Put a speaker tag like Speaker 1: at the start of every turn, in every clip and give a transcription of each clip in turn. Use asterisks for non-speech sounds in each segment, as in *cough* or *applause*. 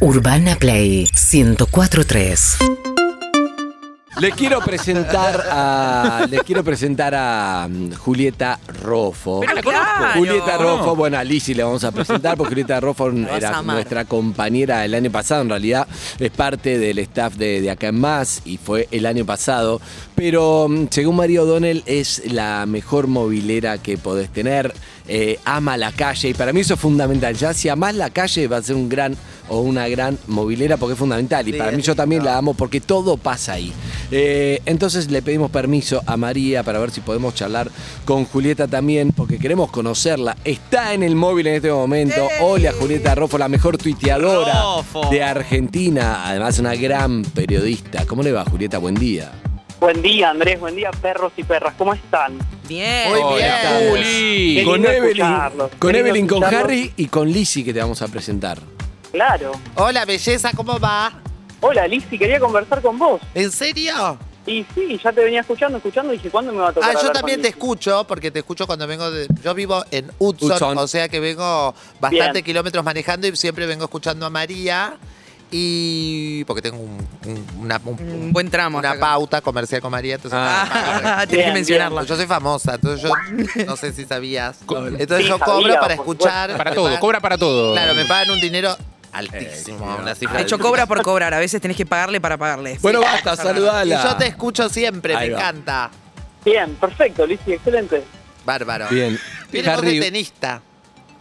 Speaker 1: Urbana Play 1043.
Speaker 2: Le quiero presentar a. Les quiero presentar a mm, Julieta Rofo.
Speaker 3: Pero la conozco.
Speaker 2: Julieta
Speaker 3: Claro.
Speaker 2: Rofo, bueno, a Lizzy le vamos a presentar porque Julieta Rofo
Speaker 3: vas a
Speaker 2: era
Speaker 3: amar.
Speaker 2: nuestra compañera el año pasado, en realidad es parte del staff de, de Acá en Más y fue el año pasado. Pero mm, según Mario O'Donnell, es la mejor movilera que podés tener. Eh, ama la calle y para mí eso es fundamental. Ya si amás la calle, va a ser un gran o una gran movilera porque es fundamental. Y para mí yo también la amo porque todo pasa ahí. Eh, entonces le pedimos permiso a María para ver si podemos charlar con Julieta también, porque queremos conocerla. Está en el móvil en este momento. Hola Julieta Rofo, la mejor tuiteadora
Speaker 3: Rofo.
Speaker 2: de Argentina, además una gran periodista. ¿Cómo le va Julieta? Buen día.
Speaker 4: Buen día, Andrés. Buen día, perros y perras. ¿cómo están?
Speaker 3: Bien.
Speaker 2: Hola, estamos.
Speaker 4: Qué
Speaker 2: Con
Speaker 4: lindo
Speaker 2: Evelyn,
Speaker 4: escucharlos.
Speaker 2: con,
Speaker 4: Qué lindo
Speaker 2: Evelyn, con
Speaker 4: escucharlos.
Speaker 2: Harry y con Lizzie que te vamos a presentar.
Speaker 4: Claro.
Speaker 5: Hola, belleza, ¿cómo va?
Speaker 4: Hola, Lizzy, quería conversar con vos.
Speaker 5: ¿En serio? Ah,
Speaker 4: Y sí, ya te venía escuchando, escuchando, y dije, ¿cuándo me va a tocar
Speaker 5: yo
Speaker 4: hablar
Speaker 5: también
Speaker 4: con
Speaker 5: te
Speaker 4: Lizzy?
Speaker 5: escucho, porque te escucho cuando vengo de... Yo vivo en Hudson,
Speaker 2: Hudson.
Speaker 5: o sea que vengo bastante
Speaker 4: Bien.
Speaker 5: kilómetros manejando y siempre vengo escuchando a María. Y porque tengo un, un- una, un-
Speaker 3: Un buen tramo
Speaker 5: una
Speaker 3: hasta acá.
Speaker 5: pauta comercial con María, entonces...
Speaker 3: Ah,
Speaker 4: Bien,
Speaker 3: *laughs* tenés que
Speaker 4: bien.
Speaker 3: mencionarla.
Speaker 5: Yo soy famosa, entonces
Speaker 3: *laughs*
Speaker 5: yo no sé si sabías.
Speaker 4: Sí,
Speaker 5: Entonces yo cobro
Speaker 4: sabía,
Speaker 5: para
Speaker 4: por
Speaker 5: escuchar.
Speaker 6: Para
Speaker 5: me
Speaker 6: todo,
Speaker 5: pagan-
Speaker 6: cobra para todo.
Speaker 5: Claro, me pagan un dinero altísimo, una cifra
Speaker 3: De hecho,
Speaker 5: altísima.
Speaker 3: cobra por cobrar. A veces tenés que pagarle para pagarle.
Speaker 2: Bueno, basta,
Speaker 5: Y
Speaker 2: saludala.
Speaker 5: yo te escucho siempre,
Speaker 2: Ahí
Speaker 5: me
Speaker 2: va.
Speaker 5: encanta.
Speaker 4: Bien, perfecto,
Speaker 5: *laughs*
Speaker 4: Lizzy, excelente.
Speaker 5: Bárbaro.
Speaker 2: Bien.
Speaker 5: Viene vos de
Speaker 2: Harry,
Speaker 5: tenista.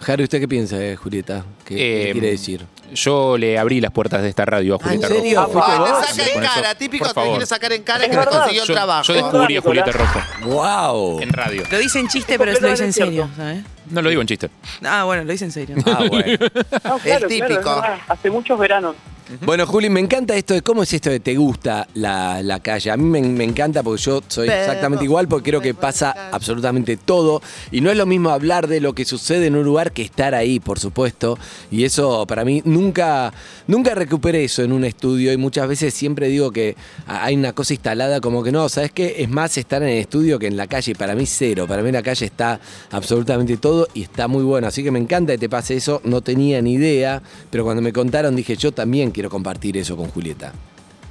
Speaker 2: Harry, ¿usted qué piensa, eh, Julieta? ¿Qué, qué
Speaker 6: Eh,
Speaker 2: quiere decir?
Speaker 6: Yo le abrí las puertas de esta radio a
Speaker 2: Ah, ¿en
Speaker 6: Julieta
Speaker 2: serio?
Speaker 6: Rojo.
Speaker 2: Fuiste
Speaker 5: Ah,
Speaker 2: vos.
Speaker 5: te saca en cara, típico
Speaker 6: Por
Speaker 5: te
Speaker 6: favor.
Speaker 5: quiere sacar en cara
Speaker 4: Es
Speaker 5: que te
Speaker 4: verdad.
Speaker 5: consiguió
Speaker 6: Yo,
Speaker 5: trabajo.
Speaker 6: yo descubrí a
Speaker 4: Nicolás.
Speaker 6: Julieta Rojo
Speaker 2: ¡Wow!
Speaker 6: en radio.
Speaker 3: Lo dice en
Speaker 4: *laughs*
Speaker 3: chiste, pero se lo dice en serio, ¿sabes?
Speaker 6: No lo digo en chiste.
Speaker 3: Ah, bueno, lo dice en
Speaker 4: *laughs*
Speaker 3: serio.
Speaker 2: Ah, bueno.
Speaker 4: No, claro,
Speaker 5: típico.
Speaker 4: claro, es verdad. hace muchos veranos.
Speaker 2: *laughs* Bueno, Juli, me encanta esto de cómo es esto de te gusta la, la calle. A mí me, me encanta porque yo soy
Speaker 5: Pero-
Speaker 2: exactamente igual porque creo que pasa absolutamente todo. Y no es lo mismo hablar de lo que sucede en un lugar que estar ahí, por supuesto. Y eso para mí nunca, nunca recuperé eso en un estudio. Y muchas veces siempre digo que a- hay una cosa instalada como que no, ¿sabes qué? Es más estar en el estudio que en la calle. Para mí cero. Para mí la calle está absolutamente todo y está muy bueno. Así que me encanta que te pase eso. No tenía ni idea, pero cuando me contaron dije, yo también quiero compartir eso con Julieta.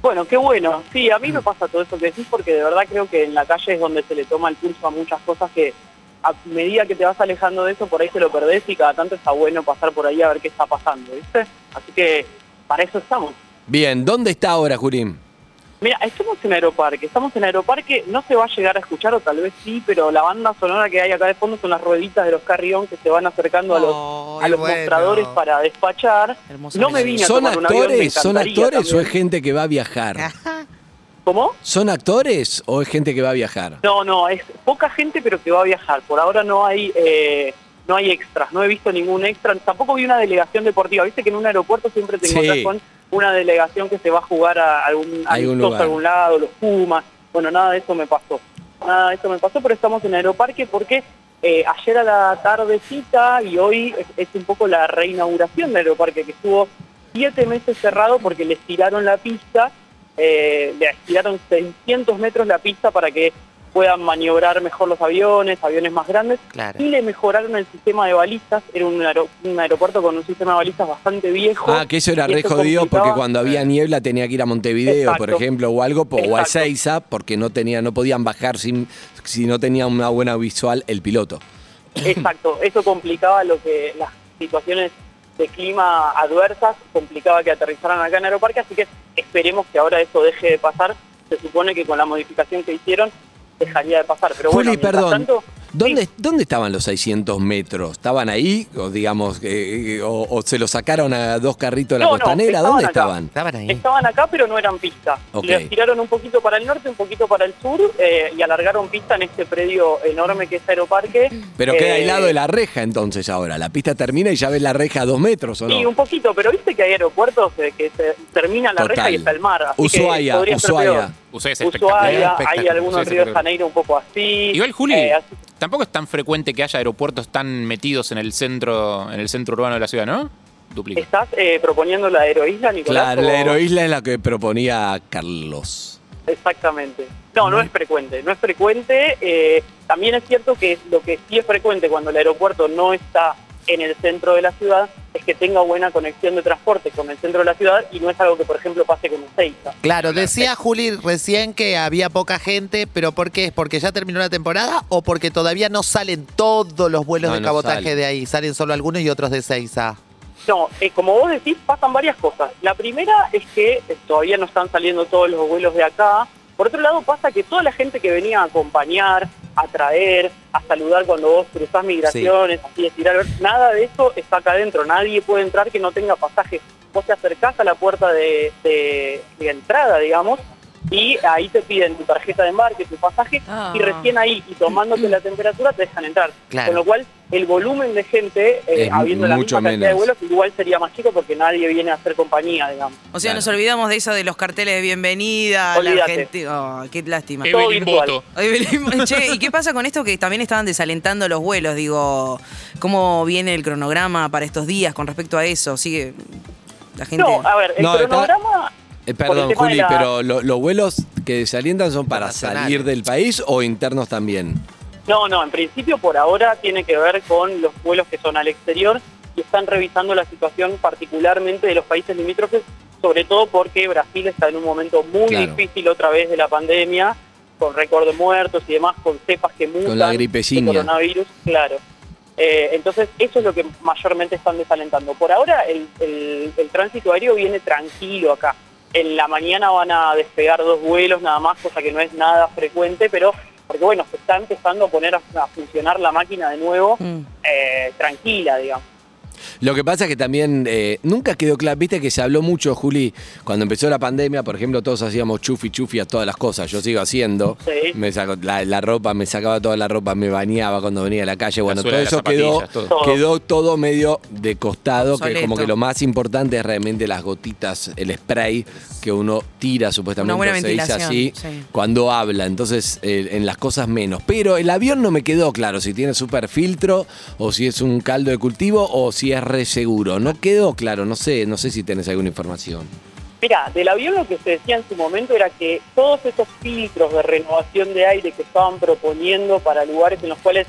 Speaker 4: Bueno, qué bueno. Sí, a
Speaker 5: Mm.
Speaker 4: mí me pasa todo eso que decís porque de verdad creo que en la calle es donde se le toma el pulso a muchas cosas que a medida que te vas alejando de eso por ahí te lo perdés y cada tanto está bueno pasar por ahí a ver qué está pasando, ¿viste? Así que para eso estamos.
Speaker 2: Bien, ¿dónde está ahora, Jurín?
Speaker 4: Mira, estamos en Aeroparque, estamos en Aeroparque, no se va a llegar a escuchar o tal vez sí, pero la banda sonora que hay acá de fondo son las rueditas de los carrión que se van acercando a los,
Speaker 5: Oh,
Speaker 4: a los
Speaker 5: bueno.
Speaker 4: mostradores para despachar.
Speaker 3: Hermoso
Speaker 4: no me
Speaker 3: mensaje.
Speaker 4: vine a
Speaker 2: ¿Son
Speaker 4: tomar un avión, me
Speaker 2: actores? ¿Son
Speaker 4: encantaría
Speaker 2: actores o es
Speaker 4: también.
Speaker 2: gente que va a viajar?
Speaker 4: ¿Cómo?
Speaker 2: ¿Son actores o es gente que va a viajar?
Speaker 4: No, no, es poca gente pero que va a viajar. Por ahora no hay eh, no hay extras, no he visto ningún extra. Tampoco vi una delegación deportiva. Viste que en un aeropuerto siempre te
Speaker 2: Sí.
Speaker 4: encuentras con una delegación que se va a jugar a algún,
Speaker 2: A algún
Speaker 4: amistoso,
Speaker 2: lugar.
Speaker 4: a algún lado, los Pumas. Bueno, nada de eso me pasó. Nada de eso me pasó, pero estamos en Aeroparque porque eh, ayer a la tardecita y hoy es, es un poco la reinauguración de Aeroparque que estuvo siete meses cerrado porque les tiraron la pista, eh, le tiraron 600 metros la pista para que puedan maniobrar mejor los aviones, aviones más grandes,
Speaker 5: Claro.
Speaker 4: y le mejoraron el sistema de balizas, era un, aero- un aeropuerto con un sistema de balizas bastante viejo.
Speaker 2: Ah, que eso era
Speaker 4: y
Speaker 2: re
Speaker 4: eso
Speaker 2: jodido porque
Speaker 4: complicaba-
Speaker 2: cuando había niebla tenía que ir a Montevideo, por
Speaker 4: Exacto.
Speaker 2: ejemplo, o algo, po- o a
Speaker 4: Exacto.
Speaker 2: Ezeiza, porque no, tenía, no podían bajar sin, si no tenía una buena visual el piloto.
Speaker 4: Exacto, eso complicaba lo que las situaciones de clima adversas, complicaba que aterrizaran acá en Aeroparque, así que esperemos que ahora eso deje de pasar. Se supone que con la modificación que hicieron dejaría de pasar, pero
Speaker 2: Juli,
Speaker 4: bueno, mientras
Speaker 2: perdón.
Speaker 4: tanto,
Speaker 2: ¿Dónde, ¿Dónde estaban los 600 metros? ¿Estaban ahí? O digamos, eh, eh, o, o se los sacaron a dos carritos de la
Speaker 4: No, no,
Speaker 2: costanera?
Speaker 4: estaban
Speaker 2: ¿Dónde
Speaker 4: acá.
Speaker 2: estaban?
Speaker 5: Estaban ahí.
Speaker 4: Estaban acá, pero no eran pistas.
Speaker 2: Ok.
Speaker 4: Les tiraron un poquito para el norte, un poquito para el sur eh, y alargaron pista en este predio enorme que es Aeroparque.
Speaker 2: Pero
Speaker 4: Eh,
Speaker 2: queda aislado de la reja entonces ahora. La pista termina y ya ves la reja a dos metros, ¿o no?
Speaker 4: Sí, un poquito, pero viste que hay aeropuertos eh, que se termina la reja
Speaker 2: Total.
Speaker 4: y está el mar. así que
Speaker 2: Ushuaia,
Speaker 4: podría ser peor.
Speaker 2: Ushuaia.
Speaker 6: Usted es
Speaker 4: Ushuaia,
Speaker 6: espectacular.
Speaker 4: hay algunos en Río de Janeiro un poco así.
Speaker 6: Igual, Juli,
Speaker 4: Eh, así-
Speaker 6: tampoco es tan frecuente que haya aeropuertos tan metidos en el centro, en el centro urbano de la ciudad, ¿no? Duplica.
Speaker 4: ¿Estás eh, proponiendo la aeroisla, Nicolás?
Speaker 2: Claro,
Speaker 4: o-
Speaker 2: la heroísla es la que proponía Carlos.
Speaker 4: Exactamente. No,
Speaker 6: Mm.
Speaker 4: no es frecuente, no es frecuente. eh, también es cierto que lo que sí es frecuente cuando el aeropuerto no está en el centro de la ciudad es que tenga buena conexión de transporte con el centro de la ciudad y no es algo que, por ejemplo, pase con Ezeiza.
Speaker 5: Claro, decía Juli recién que había poca gente, pero ¿por qué? ¿Es porque ya terminó la temporada o porque todavía no salen todos los vuelos
Speaker 2: No,
Speaker 5: de
Speaker 2: no
Speaker 5: cabotaje
Speaker 2: salen.
Speaker 5: de ahí? Salen solo algunos y otros de Seiza.
Speaker 4: No, eh, como vos decís, pasan varias cosas. La primera es que eh, todavía no están saliendo todos los vuelos de acá. Por otro lado, pasa que toda la gente que venía a acompañar, a traer, a saludar cuando vos cruzás migraciones, así de tirar, nada de eso está acá adentro. Nadie puede entrar que no tenga pasaje. Vos te acercás a la puerta de, de- de entrada, digamos, y ahí te piden tu tarjeta de embarque, tu pasaje,
Speaker 3: Ah.
Speaker 4: y recién ahí, y tomándote la temperatura, te dejan entrar.
Speaker 5: Claro.
Speaker 4: Con lo cual, el volumen de gente eh,
Speaker 2: Es
Speaker 4: habiendo la
Speaker 2: mucho
Speaker 4: misma cantidad de
Speaker 2: menos.
Speaker 4: vuelos, igual sería más chico porque nadie viene a hacer compañía, digamos.
Speaker 3: O sea,
Speaker 2: Claro.
Speaker 3: nos olvidamos de eso de los carteles de bienvenida, a la
Speaker 4: Olvídate.
Speaker 3: gente. Oh, qué lástima.
Speaker 4: Eh, Todo
Speaker 6: Evelyn
Speaker 4: virtual.
Speaker 6: Boto.
Speaker 3: Ay, Belén, che, ¿y qué pasa con esto que también estaban desalentando los vuelos? Digo, ¿cómo viene el cronograma para estos días con respecto a eso? ¿Sigue la gente?
Speaker 4: No, a ver, el
Speaker 2: No, está-
Speaker 4: cronograma...
Speaker 2: Eh,
Speaker 4: por el
Speaker 2: perdón,
Speaker 4: tema
Speaker 2: Juli,
Speaker 4: de la-
Speaker 2: pero lo- los vuelos que desalientan son para
Speaker 5: Internacionales.
Speaker 2: salir del país o internos también.
Speaker 4: No, no, en principio por ahora tiene que ver con los vuelos que son al exterior y están revisando la situación particularmente de los países limítrofes, sobre todo porque Brasil está en un momento muy
Speaker 2: Claro.
Speaker 4: difícil otra vez de la pandemia, con récord de muertos y demás, con cepas que mutan,
Speaker 2: la gripecina.
Speaker 4: de coronavirus, claro. Eh, entonces eso es lo que mayormente están desalentando. Por ahora el, el- el tránsito aéreo viene tranquilo acá. En la mañana van a despegar dos vuelos nada más, cosa que no es nada frecuente, pero porque bueno, se está empezando a poner a, a funcionar la máquina de nuevo
Speaker 3: Mm.
Speaker 4: eh, tranquila, digamos.
Speaker 2: Lo que pasa es que también eh, nunca quedó claro, viste que se habló mucho, Juli, cuando empezó la pandemia, por ejemplo, todos hacíamos chufi chufi a todas las cosas, yo sigo haciendo,
Speaker 4: Sí.
Speaker 2: me saco la, la ropa, me sacaba toda la ropa, me bañaba cuando venía a la calle, bueno,
Speaker 6: suela
Speaker 2: todo
Speaker 6: de las
Speaker 2: eso quedó,
Speaker 6: zapatillas,
Speaker 4: todo.
Speaker 2: quedó todo medio de costado, que
Speaker 3: Obsoleto.
Speaker 2: como que lo más importante es realmente las gotitas, el spray que uno tira supuestamente,
Speaker 3: Una buena
Speaker 2: se dice
Speaker 3: ventilación,
Speaker 2: así,
Speaker 3: sí.
Speaker 2: cuando habla, entonces eh, en las cosas menos. Pero el avión no me quedó claro si tiene super filtro o si es un caldo de cultivo o si es re seguro. No quedó claro, no sé, no sé si tenés alguna información.
Speaker 4: Mira, del avión lo que se decía en su momento era que todos esos filtros de renovación de aire que estaban proponiendo para lugares en los cuales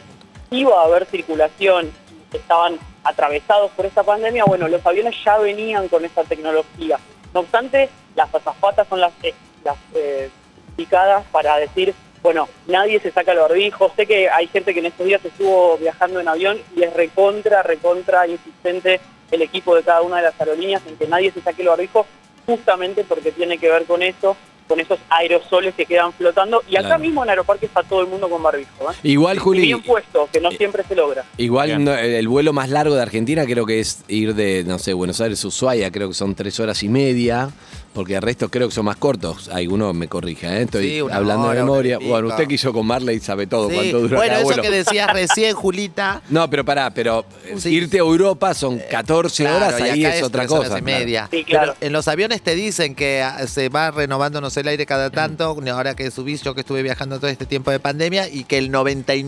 Speaker 4: iba a haber circulación, estaban atravesados por esta pandemia, bueno, los aviones ya venían con esta tecnología. No obstante, las azafatas son las, eh, las eh, picadas para decir, bueno, nadie se saca el barbijo. Sé que hay gente que en estos días estuvo viajando en avión y es recontra, recontra insistente el equipo de cada una de las aerolíneas en que nadie se saque el barbijo justamente porque tiene que ver con eso, con esos aerosoles que quedan flotando. Y acá
Speaker 2: Claro.
Speaker 4: mismo en Aeroparque está todo el mundo con barbijo. ¿eh?
Speaker 2: Igual,
Speaker 4: Y
Speaker 2: Juli,
Speaker 4: Bien puesto, que no siempre se logra.
Speaker 2: igual
Speaker 6: Bien.
Speaker 2: no- el vuelo más largo de Argentina creo que es ir de, no sé, Buenos Aires, Ushuaia, creo que son tres horas y media. Porque el resto creo que son más cortos. Alguno me corrija, ¿eh? estoy
Speaker 5: Sí, una
Speaker 2: hablando
Speaker 5: hora,
Speaker 2: de
Speaker 5: hora y
Speaker 2: memoria.
Speaker 5: pico.
Speaker 2: Bueno, usted que hizo con Marley sabe todo
Speaker 5: Sí.
Speaker 2: cuánto dura
Speaker 5: Bueno,
Speaker 2: cada
Speaker 5: eso
Speaker 2: vuelo.
Speaker 5: que decías recién, Julita.
Speaker 2: No, pero pará, pero eh,
Speaker 5: Sí. Eh,
Speaker 2: irte a Europa son 14
Speaker 5: Claro,
Speaker 2: horas,
Speaker 5: y
Speaker 2: ahí
Speaker 5: acá
Speaker 2: es otra
Speaker 5: tres horas
Speaker 2: cosa.
Speaker 5: y
Speaker 2: claro.
Speaker 5: media.
Speaker 4: Sí, claro.
Speaker 5: Pero en los aviones te dicen que ah, se va renovándonos el aire cada tanto, ahora que subís, yo que estuve viajando todo este tiempo de pandemia, y que el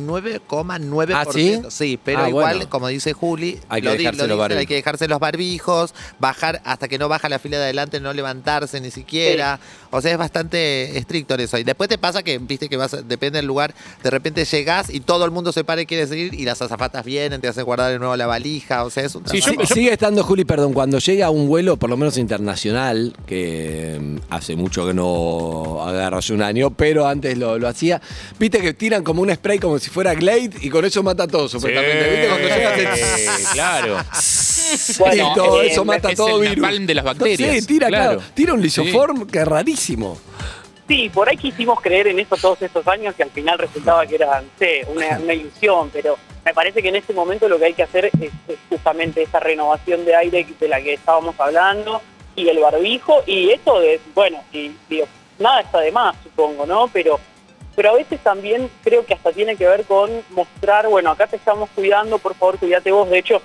Speaker 5: 99,9%.
Speaker 2: ¿Ah, sí?
Speaker 5: pero
Speaker 2: Ah,
Speaker 5: igual,
Speaker 2: bueno.
Speaker 5: como dice Juli,
Speaker 2: Hay que
Speaker 5: lo di-
Speaker 2: dejarse
Speaker 5: lo
Speaker 2: los
Speaker 5: dicen,
Speaker 2: barbijos.
Speaker 5: hay que dejarse los barbijos, bajar hasta que no baja la fila de adelante, no levantarse ni siquiera. O sea, es bastante estricto en eso. Y después te pasa que, viste, que vas, depende del lugar, de repente llegás y todo el mundo se para y quiere seguir, y las azafatas vienen, te hacen guardar de nuevo la valija. O sea, es un
Speaker 6: Sí, yo-
Speaker 5: trabajo.
Speaker 2: Sí, sigue estando, Juli, perdón, cuando llega un vuelo, por lo menos internacional, que mm, hace mucho que no agarras un año, pero antes lo, lo hacía, viste que tiran como un spray como si fuera Glade y con eso mata a todo, supuestamente. Viste cuando
Speaker 6: Sí,
Speaker 2: llegas el-
Speaker 4: *laughs*
Speaker 6: claro.
Speaker 4: Bueno,
Speaker 2: y todo
Speaker 4: eh,
Speaker 2: eso mata
Speaker 6: es
Speaker 2: todo
Speaker 6: el
Speaker 2: virus.
Speaker 6: napalm de las bacterias,
Speaker 2: Sí, tira,
Speaker 6: claro.
Speaker 2: claro. Tira un
Speaker 6: Sí.
Speaker 2: lisoform que es rarísimo.
Speaker 4: Sí, por ahí quisimos creer en eso todos estos años que al final resultaba que era, no sé, una, una ilusión, pero me parece que en este momento lo que hay que hacer es, es justamente esa renovación de aire de la que estábamos hablando y el barbijo y esto de, bueno, y, digo, nada está de más, supongo, ¿no? Pero, pero a veces también creo que hasta tiene que ver con mostrar, bueno, acá te estamos cuidando, por favor, cuídate vos. De hecho,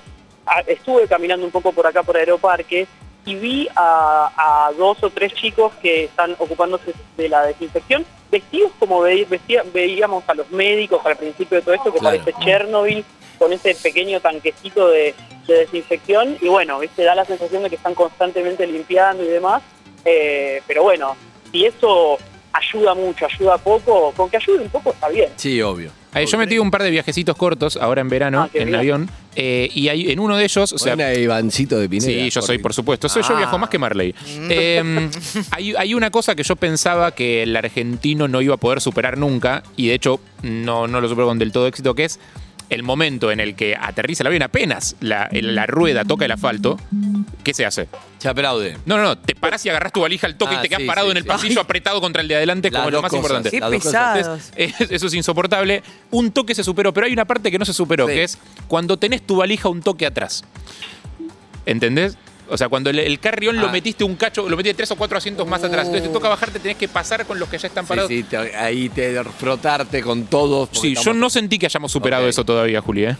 Speaker 4: a- estuve caminando un poco por acá, por Aeroparque, y vi a, a dos o tres chicos que están ocupándose de la desinfección, vestidos como ve- vestía- veíamos a los médicos al principio de todo esto, que
Speaker 2: Claro.
Speaker 4: parece Chernobyl, con ese pequeño tanquecito de, de desinfección, y bueno, se da la sensación de que están constantemente limpiando y demás, Eh, pero bueno, si eso ayuda mucho, ayuda poco, con que ayude un poco está bien.
Speaker 2: Sí, obvio.
Speaker 6: Ahí yo metí un par de viajecitos cortos ahora en verano
Speaker 4: Ah, qué
Speaker 6: en
Speaker 4: bien.
Speaker 6: avión. Eh, y hay, en uno de ellos, o sea,
Speaker 2: Buena, Ivancito de Pineda.
Speaker 6: Sí, yo soy, por supuesto. Soy
Speaker 2: Ah.
Speaker 6: yo viajo más que Marley. Eh, hay, hay una cosa que yo pensaba que el argentino no iba a poder superar nunca, y de hecho no, no lo superó con del todo éxito, que es el momento en el que aterriza el avión apenas la, el- la rueda toca el asfalto. ¿Qué se hace?
Speaker 2: Se aplaude.
Speaker 6: No, no, no. Te parás y agarrás tu valija al toque
Speaker 2: Ah,
Speaker 6: y te quedas
Speaker 2: sí,
Speaker 6: parado
Speaker 2: sí,
Speaker 6: en el
Speaker 2: sí.
Speaker 6: pasillo
Speaker 2: Ay.
Speaker 6: apretado contra el de adelante
Speaker 2: Las
Speaker 6: como lo
Speaker 2: dos
Speaker 6: más
Speaker 2: cosas.
Speaker 6: importante.
Speaker 3: Qué
Speaker 2: las dos cosas.
Speaker 3: pesados.
Speaker 6: *laughs* Es- eso es insoportable. Un toque se superó, pero hay una parte que no se superó,
Speaker 2: Sí.
Speaker 6: que es cuando tenés tu valija un toque atrás. ¿Entendés? O sea, cuando el, el carrión lo
Speaker 2: Ah. Uh.
Speaker 6: metiste un cacho, lo metiste tres o cuatro asientos más atrás. Entonces te toca bajarte, tenés que pasar con los que ya están
Speaker 2: Sí,
Speaker 6: parados. Sí,
Speaker 2: sí, te- ahí te frotarte con todos. porque
Speaker 6: yo
Speaker 2: estamos-
Speaker 6: no sentí que hayamos superado
Speaker 2: Ok.
Speaker 6: eso todavía, Juli. ¿eh?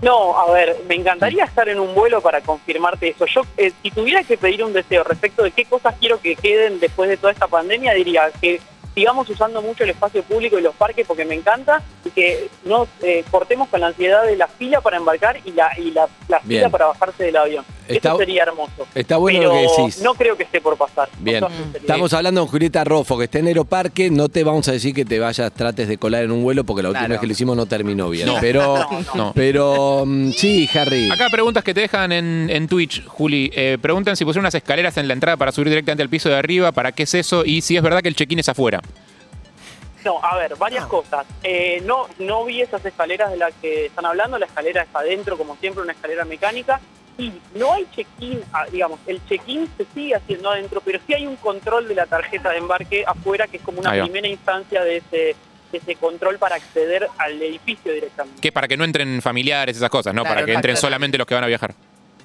Speaker 4: No, a ver, me encantaría estar en un vuelo para confirmarte eso. Yo, eh, si tuviera que pedir un deseo respecto de qué cosas quiero que queden después de toda esta pandemia, diría que sigamos usando mucho el espacio público y los parques porque me encanta y que no eh, cortemos con la ansiedad de la fila para embarcar y la, y la, la
Speaker 2: Bien.
Speaker 4: fila para bajarse del avión.
Speaker 2: Está-
Speaker 4: Eso sería hermoso.
Speaker 2: Está bueno
Speaker 4: Pero
Speaker 2: lo que decís.
Speaker 4: no creo que esté por pasar. Con
Speaker 2: Bien.
Speaker 4: toda sinceridad.
Speaker 2: Estamos hablando con Julieta Rofo, que está en Aeroparque. No te vamos a decir que te vayas, trates de colar en un vuelo, porque la última
Speaker 5: Claro.
Speaker 2: vez que lo hicimos no terminó bien.
Speaker 6: No.
Speaker 2: Pero,
Speaker 6: *laughs* No.
Speaker 2: pero mm, sí, Harry.
Speaker 6: Acá preguntas que te dejan en, en Twitch, Juli. Eh, preguntan si pusieron unas escaleras en la entrada para subir directamente al piso de arriba, para qué es eso y si es verdad que el check-in es afuera.
Speaker 4: No, a ver, varias cosas. Eh, no, no vi esas escaleras de las que están hablando, la escalera está adentro, como siempre, una escalera mecánica. Y no hay check-in, ah, digamos, el check-in se sigue haciendo adentro, pero sí hay un control de la tarjeta de embarque afuera, que es como una
Speaker 6: Ahí va.
Speaker 4: primera instancia de ese, de ese control para acceder al edificio directamente.
Speaker 6: Que es para que no entren familiares, esas cosas, ¿no?
Speaker 5: Claro,
Speaker 6: para que entren
Speaker 5: exacto.
Speaker 6: solamente los que van a viajar.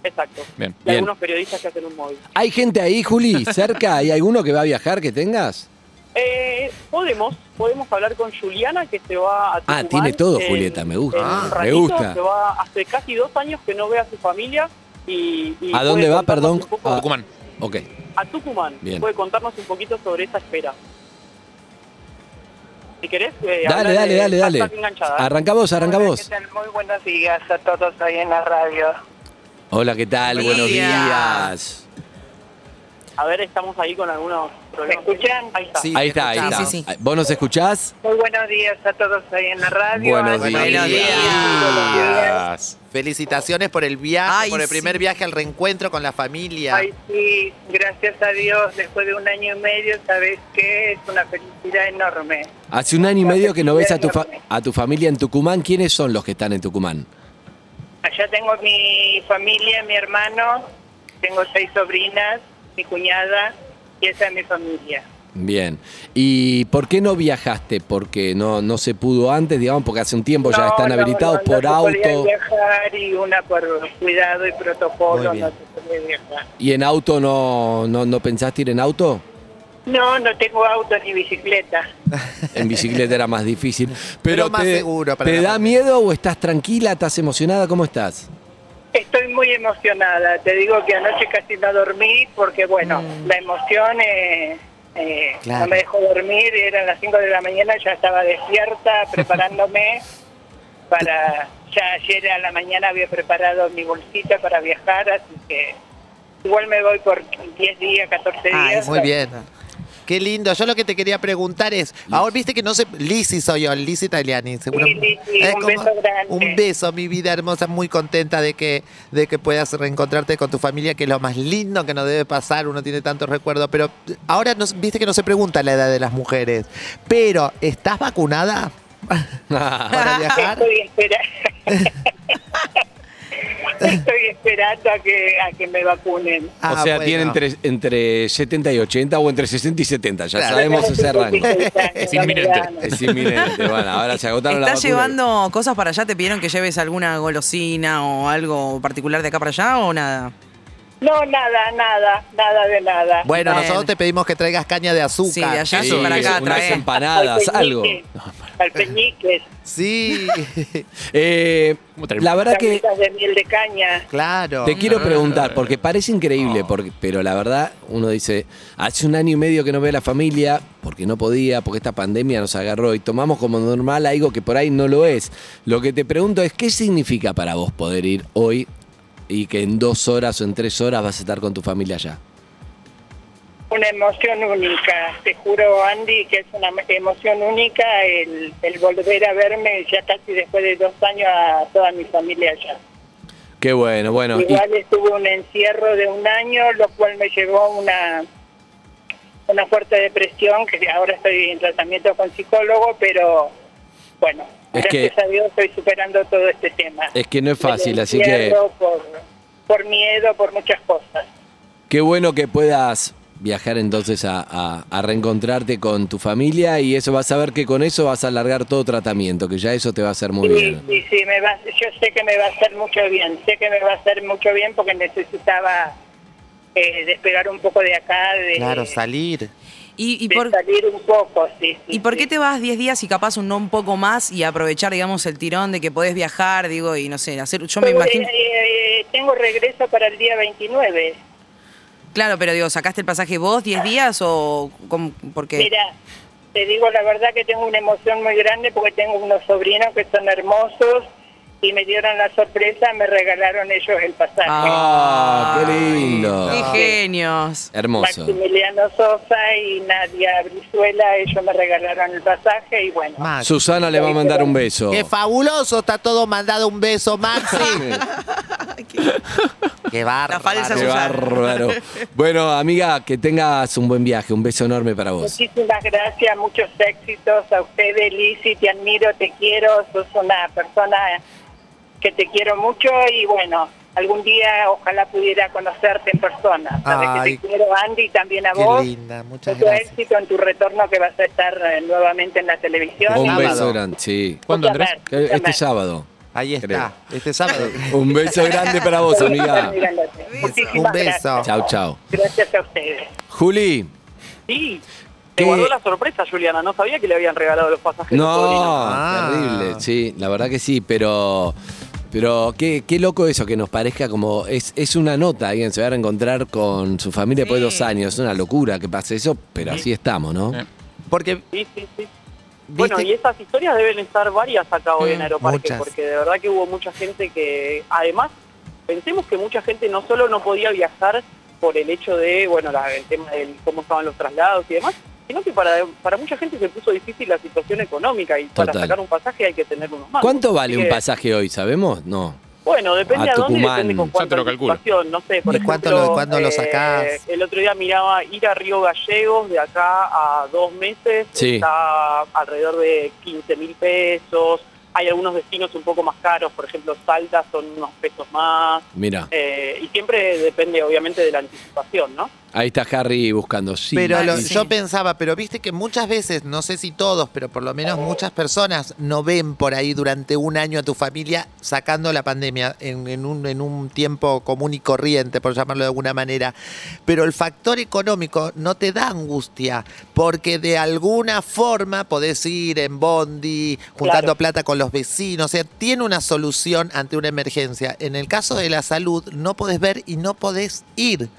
Speaker 4: Exacto.
Speaker 6: Bien.
Speaker 4: Y
Speaker 2: Bien.
Speaker 4: algunos periodistas que hacen un móvil.
Speaker 2: ¿Hay gente ahí, Juli, cerca? ¿Hay alguno que va a viajar que tengas?
Speaker 4: Eh, podemos, podemos hablar con Juliana que se va a Tucumán,
Speaker 2: Ah, tiene todo,
Speaker 4: en-
Speaker 2: Julieta, me gusta.
Speaker 4: en un
Speaker 2: Ah, me
Speaker 4: ratito,
Speaker 2: gusta.
Speaker 4: Se va hace casi dos años que no ve a su familia y... y
Speaker 2: ¿A dónde
Speaker 4: puede
Speaker 2: va,
Speaker 4: contarnos
Speaker 2: perdón?
Speaker 4: un poco-
Speaker 2: Ah.
Speaker 6: Tucumán.
Speaker 2: Ok.
Speaker 4: A Tucumán.
Speaker 2: Bien.
Speaker 4: Puede contarnos un poquito sobre esa espera. Si querés... eh, habla
Speaker 2: Dale,
Speaker 4: de-
Speaker 2: dale, dale,
Speaker 4: estás
Speaker 2: dale.
Speaker 4: enganchada, ¿eh?
Speaker 2: Arranca vos, arranca
Speaker 7: Hola,
Speaker 2: vos.
Speaker 7: ¿qué tal? Muy buenos días a todos ahí en la radio.
Speaker 2: Hola, ¿qué tal? Buenos
Speaker 3: Buenos
Speaker 2: días.
Speaker 3: días.
Speaker 4: A ver, estamos ahí con algunos
Speaker 7: ¿Me
Speaker 4: problemas.
Speaker 7: escuchan?
Speaker 4: Ahí está.
Speaker 2: Ahí está, ahí
Speaker 3: Sí,
Speaker 2: está.
Speaker 3: sí, sí.
Speaker 2: ¿Vos nos escuchás?
Speaker 7: Muy buenos días a todos ahí en la radio.
Speaker 2: Buenos
Speaker 7: Ana,
Speaker 5: días.
Speaker 7: buenos días.
Speaker 5: Felicitaciones por el viaje,
Speaker 3: Ay,
Speaker 5: por el
Speaker 3: sí.
Speaker 5: primer viaje al reencuentro con la familia.
Speaker 7: Ay, sí, gracias a Dios, después de un año y medio, ¿sabes qué? Es una felicidad enorme.
Speaker 2: Hace un año y medio que no ves a tu, fa- a tu familia en Tucumán. ¿Quiénes son los que están en Tucumán?
Speaker 7: Allá tengo mi familia, mi hermano, tengo seis sobrinas, mi cuñada, y esa es mi familia.
Speaker 2: Bien. ¿Y por qué no viajaste? Porque no, no se pudo antes, digamos, porque hace un tiempo ya
Speaker 7: No,
Speaker 2: están
Speaker 7: no,
Speaker 2: habilitados
Speaker 7: no,
Speaker 2: por
Speaker 7: no se podía
Speaker 2: auto.
Speaker 7: viajar y una por cuidado y protocolo,
Speaker 5: Muy bien.
Speaker 7: no se podía viajar.
Speaker 2: ¿Y en auto no, no, no pensaste ir en auto?
Speaker 7: No, no tengo auto ni bicicleta.
Speaker 2: En bicicleta era más difícil. Pero,
Speaker 5: Pero más
Speaker 2: te,
Speaker 5: seguro para
Speaker 2: ¿te
Speaker 5: la
Speaker 2: da
Speaker 5: familia.
Speaker 2: miedo o estás tranquila? ¿Estás emocionada? ¿Cómo
Speaker 5: *laughs*
Speaker 2: estás?
Speaker 7: Estoy muy emocionada. Te digo que anoche casi no dormí porque, bueno, la emoción eh, eh,
Speaker 5: Mm. Claro.
Speaker 7: no me dejó dormir. Eran las 5 de la mañana, ya estaba
Speaker 5: *laughs*
Speaker 7: despierta preparándome para... Ya ayer a la mañana había preparado mi bolsita para viajar, así que igual me voy por 10 días, 14 días.
Speaker 3: Ay,
Speaker 5: Muy bien. Qué lindo. Yo lo que te quería preguntar es, ahora viste que no sé, Lizzy soy yo, Lizzy Italiani. seguro-
Speaker 7: Sí, Lizzy,
Speaker 5: Es
Speaker 7: un
Speaker 5: como-
Speaker 7: beso grande.
Speaker 5: Un beso, mi vida hermosa, muy contenta de que, de que puedas reencontrarte con tu familia, que es lo más lindo que nos debe pasar, uno tiene tantos recuerdos, pero ahora no- viste que no se pregunta la edad de las mujeres, pero ¿estás vacunada
Speaker 7: *laughs*
Speaker 5: para viajar?
Speaker 7: Estoy
Speaker 5: *laughs*
Speaker 7: esperando. Estoy esperando a que, a que me vacunen.
Speaker 5: Ah,
Speaker 2: o sea,
Speaker 5: bueno.
Speaker 2: tiene entre, entre 70 y 80 o entre 60 y 70. Ya
Speaker 5: Claro.
Speaker 2: sabemos
Speaker 5: *laughs*
Speaker 2: ese rango.
Speaker 7: Es
Speaker 6: inminente.
Speaker 2: Es *laughs* inminente. Bueno, ahora se agotaron las
Speaker 3: ¿Estás
Speaker 2: vacunas.
Speaker 3: llevando cosas para allá? ¿Te pidieron que lleves alguna golosina o algo particular de acá para allá o nada?
Speaker 7: No, nada, nada, nada de nada.
Speaker 5: Bueno,
Speaker 3: Bueno.
Speaker 5: nosotros te pedimos que traigas caña de azúcar.
Speaker 3: Sí, de allá
Speaker 2: Sí,
Speaker 3: para acá,
Speaker 2: unas
Speaker 3: trae.
Speaker 2: empanadas, algo.
Speaker 7: Alpeñiques,
Speaker 5: Sí, *laughs*
Speaker 2: Eh, *laughs* la verdad que
Speaker 7: tablitas de miel de caña.
Speaker 5: claro.
Speaker 2: Te quiero preguntar, porque parece increíble, porque, pero la verdad, uno dice, hace un año y medio que no veo a la familia, porque no podía, porque esta pandemia nos agarró y tomamos como normal algo que por ahí no lo es. Lo que te pregunto es, ¿qué significa para vos poder ir hoy y que en dos horas o en tres horas vas a estar con tu familia allá?
Speaker 7: Una emoción única, te juro Andy que es una emoción única el, el volver a verme ya casi después de dos años a toda mi familia allá.
Speaker 2: Qué bueno, bueno. y-
Speaker 7: Igual estuve un encierro de un año, lo cual me llevó a una, una fuerte depresión, que ahora estoy en tratamiento con psicólogo, pero bueno,
Speaker 2: Es que-
Speaker 7: gracias a Dios estoy superando todo este tema.
Speaker 2: Es que no es
Speaker 7: Del
Speaker 2: fácil, así que-
Speaker 7: encierro, Por, por miedo, por muchas cosas.
Speaker 2: Qué bueno que puedas viajar entonces a, a- a reencontrarte con tu familia y eso vas a ver que con eso vas a alargar todo tratamiento, que ya eso te va a hacer muy
Speaker 7: Sí,
Speaker 2: bien.
Speaker 7: sí, sí, me va, yo sé que me va a hacer mucho bien, sé que me va a hacer mucho bien porque necesitaba eh, despegar un poco de acá, de,
Speaker 5: Claro, salir.
Speaker 3: ¿Y, y
Speaker 7: de
Speaker 3: por,
Speaker 7: salir un poco, sí. sí,
Speaker 3: ¿Y por qué
Speaker 7: sí.
Speaker 3: te vas 10 días y capaz un no un poco más y aprovechar, digamos, el tirón de que podés viajar, digo, y no sé, hacer. Yo me
Speaker 7: Pues,
Speaker 3: imagino.
Speaker 7: eh, eh, eh, tengo regreso para el día 29.
Speaker 3: Claro, pero digo, ¿sacaste el pasaje vos 10 días o.? cómo- porque
Speaker 7: Mira, te digo la verdad que tengo una emoción muy grande porque tengo unos sobrinos que son hermosos y me dieron la sorpresa, me regalaron ellos el pasaje.
Speaker 2: ¡Ah, qué lindo!
Speaker 7: eh,
Speaker 3: ¡Qué genios!
Speaker 2: Hermoso.
Speaker 7: Maximiliano Sosa y Nadia Brizuela, ellos me regalaron el pasaje y bueno.
Speaker 5: Max.
Speaker 2: Susana le va a mandar un beso.
Speaker 5: ¡Qué fabuloso! Está todo mandado. Un beso, Maxi. ¡Qué bárbaro!
Speaker 2: *laughs*
Speaker 3: falsa
Speaker 2: Qué
Speaker 3: Susana.
Speaker 2: bárbaro. Bueno, amiga, que tengas un buen viaje. Un beso enorme para vos.
Speaker 5: Pues,
Speaker 7: Muchísimas gracias, muchos éxitos a ustedes, Lizzy, te admiro, te quiero, sos una persona que te quiero mucho y bueno, algún día ojalá pudiera conocerte en persona. Sabes
Speaker 5: Ay.
Speaker 7: que te quiero, Andy, y también *laughs* a
Speaker 5: Qué
Speaker 7: vos.
Speaker 5: linda, muchas
Speaker 7: Mucho
Speaker 5: gracias.
Speaker 7: éxito en tu retorno que vas a estar eh, nuevamente en la televisión.
Speaker 2: Un
Speaker 5: Sábado.
Speaker 2: beso grande, sí.
Speaker 6: ¿Cuándo, Andrés?
Speaker 2: Este sábado.
Speaker 5: Ahí está, este sábado.
Speaker 2: Un beso grande para vos, amiga.
Speaker 5: Un
Speaker 7: Un
Speaker 5: beso.
Speaker 2: Chao, chao.
Speaker 7: Gracias a ustedes.
Speaker 2: Juli,
Speaker 4: Sí, te
Speaker 2: ¿Qué?
Speaker 4: guardó la sorpresa, Juliana. No sabía que le habían regalado los pasajes. a tu sobrino.
Speaker 2: No,
Speaker 5: Ah.
Speaker 2: terrible, sí, la verdad que sí, pero. Pero qué, qué loco eso, que nos parezca como. Es, es una nota, alguien se va a encontrar con su familia después de dos años. Es una locura que pase eso, pero así estamos, ¿no?
Speaker 6: Eh.
Speaker 5: Porque,
Speaker 4: Sí, sí, sí.
Speaker 5: viste,
Speaker 4: Bueno, y esas historias deben estar varias acá hoy en
Speaker 6: Mm,
Speaker 4: Aeroparque,
Speaker 5: muchas.
Speaker 4: porque de verdad que hubo mucha gente que, además, pensemos que mucha gente no solo no podía viajar por el hecho de, bueno, la- el tema de cómo estaban los traslados y demás, sino que para, para mucha gente se puso difícil la situación económica y para
Speaker 2: Total.
Speaker 4: sacar un pasaje hay que tener unos más.
Speaker 2: ¿Cuánto vale un pasaje hoy? ¿Sabemos? No.
Speaker 4: Bueno, depende
Speaker 2: A
Speaker 4: a, dónde y
Speaker 2: Tucumán.
Speaker 4: depende con
Speaker 2: Ya
Speaker 6: te
Speaker 4: cuánta
Speaker 6: lo calculo.
Speaker 4: anticipación, no sé, por
Speaker 5: ¿Y cuánto
Speaker 4: ejemplo, eh,
Speaker 5: lo- cuándo lo sacás?
Speaker 4: El otro día miraba ir a Río Gallegos de acá a dos meses,
Speaker 2: Sí.
Speaker 4: está alrededor de 15 mil pesos, hay algunos destinos un poco más caros, por ejemplo Salta son unos pesos más,
Speaker 2: Mira,
Speaker 4: eh, y siempre depende obviamente de la anticipación, ¿no?
Speaker 2: ahí está Harry buscando. Sí,
Speaker 5: pero
Speaker 2: sí,
Speaker 5: lo-
Speaker 2: sí.
Speaker 5: yo pensaba, pero viste que muchas veces, no sé si todos, pero por lo menos muchas personas no ven por ahí durante un año a tu familia sacando la pandemia en, en un, en un tiempo común y corriente, por llamarlo de alguna manera. Pero el factor económico no te da angustia, porque de alguna forma podés ir en bondi, juntando
Speaker 4: Claro.
Speaker 5: plata con los vecinos, o sea, tiene una solución ante una emergencia. En el caso de la salud, no podés ver y no podés ir.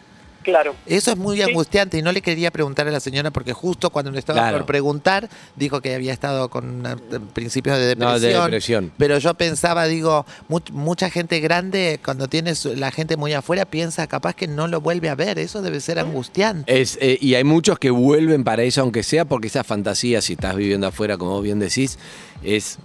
Speaker 4: Claro.
Speaker 5: Eso es muy
Speaker 4: Sí.
Speaker 5: angustiante y no le quería preguntar a la señora porque justo cuando le estaba
Speaker 2: Claro.
Speaker 5: por preguntar dijo que había estado con una- principios de
Speaker 2: No,
Speaker 5: depresión.
Speaker 2: de depresión.
Speaker 5: Pero yo pensaba, digo, mu- mucha gente grande cuando tiene su- la gente muy afuera piensa capaz que no lo vuelve a ver. Eso debe ser angustiante.
Speaker 2: Es, eh, y hay muchos que vuelven para eso, aunque sea porque esa fantasía, si estás viviendo afuera, como vos bien decís, es.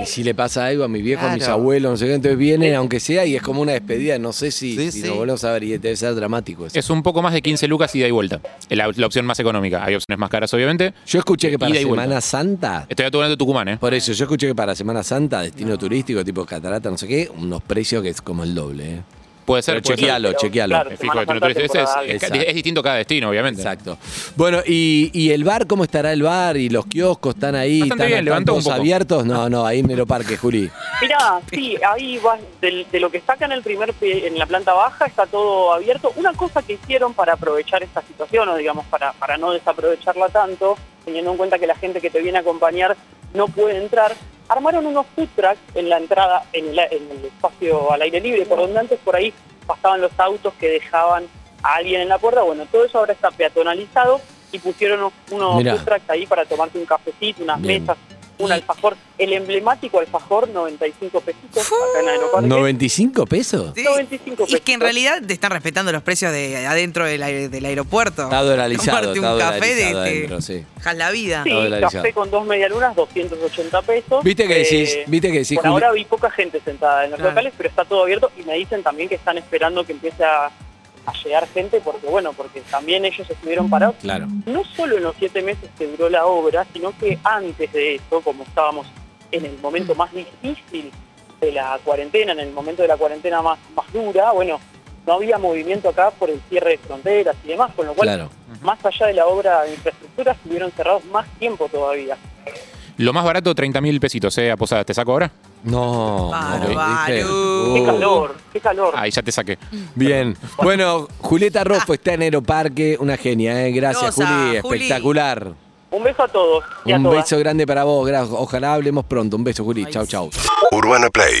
Speaker 2: Y si le pasa algo a mi viejo, a mis
Speaker 5: Claro.
Speaker 2: abuelos, no sé qué, entonces vienen, aunque sea, y es como una despedida, no sé si,
Speaker 5: Sí,
Speaker 2: si
Speaker 5: sí.
Speaker 2: lo volvemos a ver, y debe ser dramático eso.
Speaker 6: Es un poco más de 15 lucas ida y vuelta. La, la opción más económica. Hay opciones más caras, obviamente.
Speaker 2: Yo escuché que para
Speaker 6: Ida y
Speaker 2: Semana
Speaker 6: vuelta.
Speaker 2: Santa,
Speaker 6: Estoy hablando de Tucumán, ¿eh?
Speaker 2: por eso, yo escuché que para Semana Santa, destino turístico, tipo catarata, no sé qué, unos precios que es como el doble. ¿eh?
Speaker 6: Puede ser.
Speaker 2: Pero
Speaker 6: puede ser.
Speaker 2: chequealo,
Speaker 4: Pero,
Speaker 2: chequealo.
Speaker 4: claro.
Speaker 6: Es fijo,
Speaker 4: Semana Santa,
Speaker 6: es- es-
Speaker 4: temporada
Speaker 6: es-
Speaker 2: alta.
Speaker 6: es distinto cada destino, obviamente.
Speaker 2: Exacto. Bueno, y, y el bar, ¿cómo estará el bar? ¿Y los kioscos están ahí?
Speaker 6: Bastante
Speaker 2: ¿Están,
Speaker 6: bien,
Speaker 2: están
Speaker 6: levantó un
Speaker 2: todos
Speaker 6: poco.
Speaker 2: abiertos? No, no, ahí en Aeroparque, Juli.
Speaker 4: Mirá,
Speaker 2: *laughs*
Speaker 4: sí, ahí va, del- de, lo que sacan el primer, pi- en la planta baja está todo abierto. Una cosa que hicieron para aprovechar esta situación, o digamos, para, para no desaprovecharla tanto, teniendo en cuenta que la gente que te viene a acompañar no puede entrar, armaron unos food trucks en la entrada, en el, a- en el espacio al aire libre, por donde antes por ahí pasaban los autos que dejaban a alguien en la puerta. Bueno, todo eso ahora está peatonalizado y pusieron unos
Speaker 2: Mirá.
Speaker 4: food trucks ahí para tomarte un cafecito, unas
Speaker 2: Bien.
Speaker 4: mesas un
Speaker 3: Y-
Speaker 4: alfajor, el emblemático alfajor, 95 pesitos acá en Aeroparque.
Speaker 2: 95 pesos.
Speaker 3: ¡Ah! Sí,
Speaker 4: 95
Speaker 3: Y es que en
Speaker 4: pesos.
Speaker 3: realidad te están respetando los precios de adentro del, aer- del aeropuerto.
Speaker 2: Está dolarizado,
Speaker 3: Tomarte un
Speaker 2: está
Speaker 3: café de este. Eh,
Speaker 2: dolarizado adentro, sí.
Speaker 3: dejas la vida.
Speaker 4: Sí,
Speaker 2: dolarizado.
Speaker 4: café con dos medialunas, 280 pesos. Eh,
Speaker 2: Viste que decís, viste que decís,
Speaker 4: Por
Speaker 2: Juli-
Speaker 4: ahora vi poca gente sentada en los
Speaker 3: Claro.
Speaker 4: locales, pero está todo abierto y me dicen también que están esperando que empiece a, a llegar gente, porque bueno, porque también ellos estuvieron parados.
Speaker 2: Claro.
Speaker 4: No solo en los siete meses que duró la obra, sino que antes de eso, como estábamos en el momento más difícil de la cuarentena, en el momento de la cuarentena más, más dura, bueno, no había movimiento acá por el cierre de fronteras y demás, con lo cual
Speaker 2: Claro.
Speaker 4: más allá de la obra de infraestructura, estuvieron cerrados más tiempo todavía.
Speaker 6: Lo más barato, 30 mil pesitos, ¿eh? A Posadas, ¿te saco ahora?
Speaker 2: No.
Speaker 3: Varo,
Speaker 2: ¿viste?
Speaker 3: varo.
Speaker 4: ¡Qué
Speaker 2: Uh,
Speaker 4: calor! ¡Qué calor!
Speaker 6: Ahí ya te saqué.
Speaker 2: Bien. Bueno, Julieta Rofo está en Aeroparque, una genia, ¿eh? Gracias,
Speaker 3: Grosa,
Speaker 2: Juli,
Speaker 3: Juli.
Speaker 2: espectacular.
Speaker 4: Un beso a todos y a
Speaker 2: Un
Speaker 4: todas.
Speaker 2: beso grande para vos, gra- ojalá hablemos pronto. Un beso, Juli.
Speaker 3: Ay,
Speaker 2: Chau,
Speaker 3: sí.
Speaker 2: chau.
Speaker 8: UrbanaPlayFM.com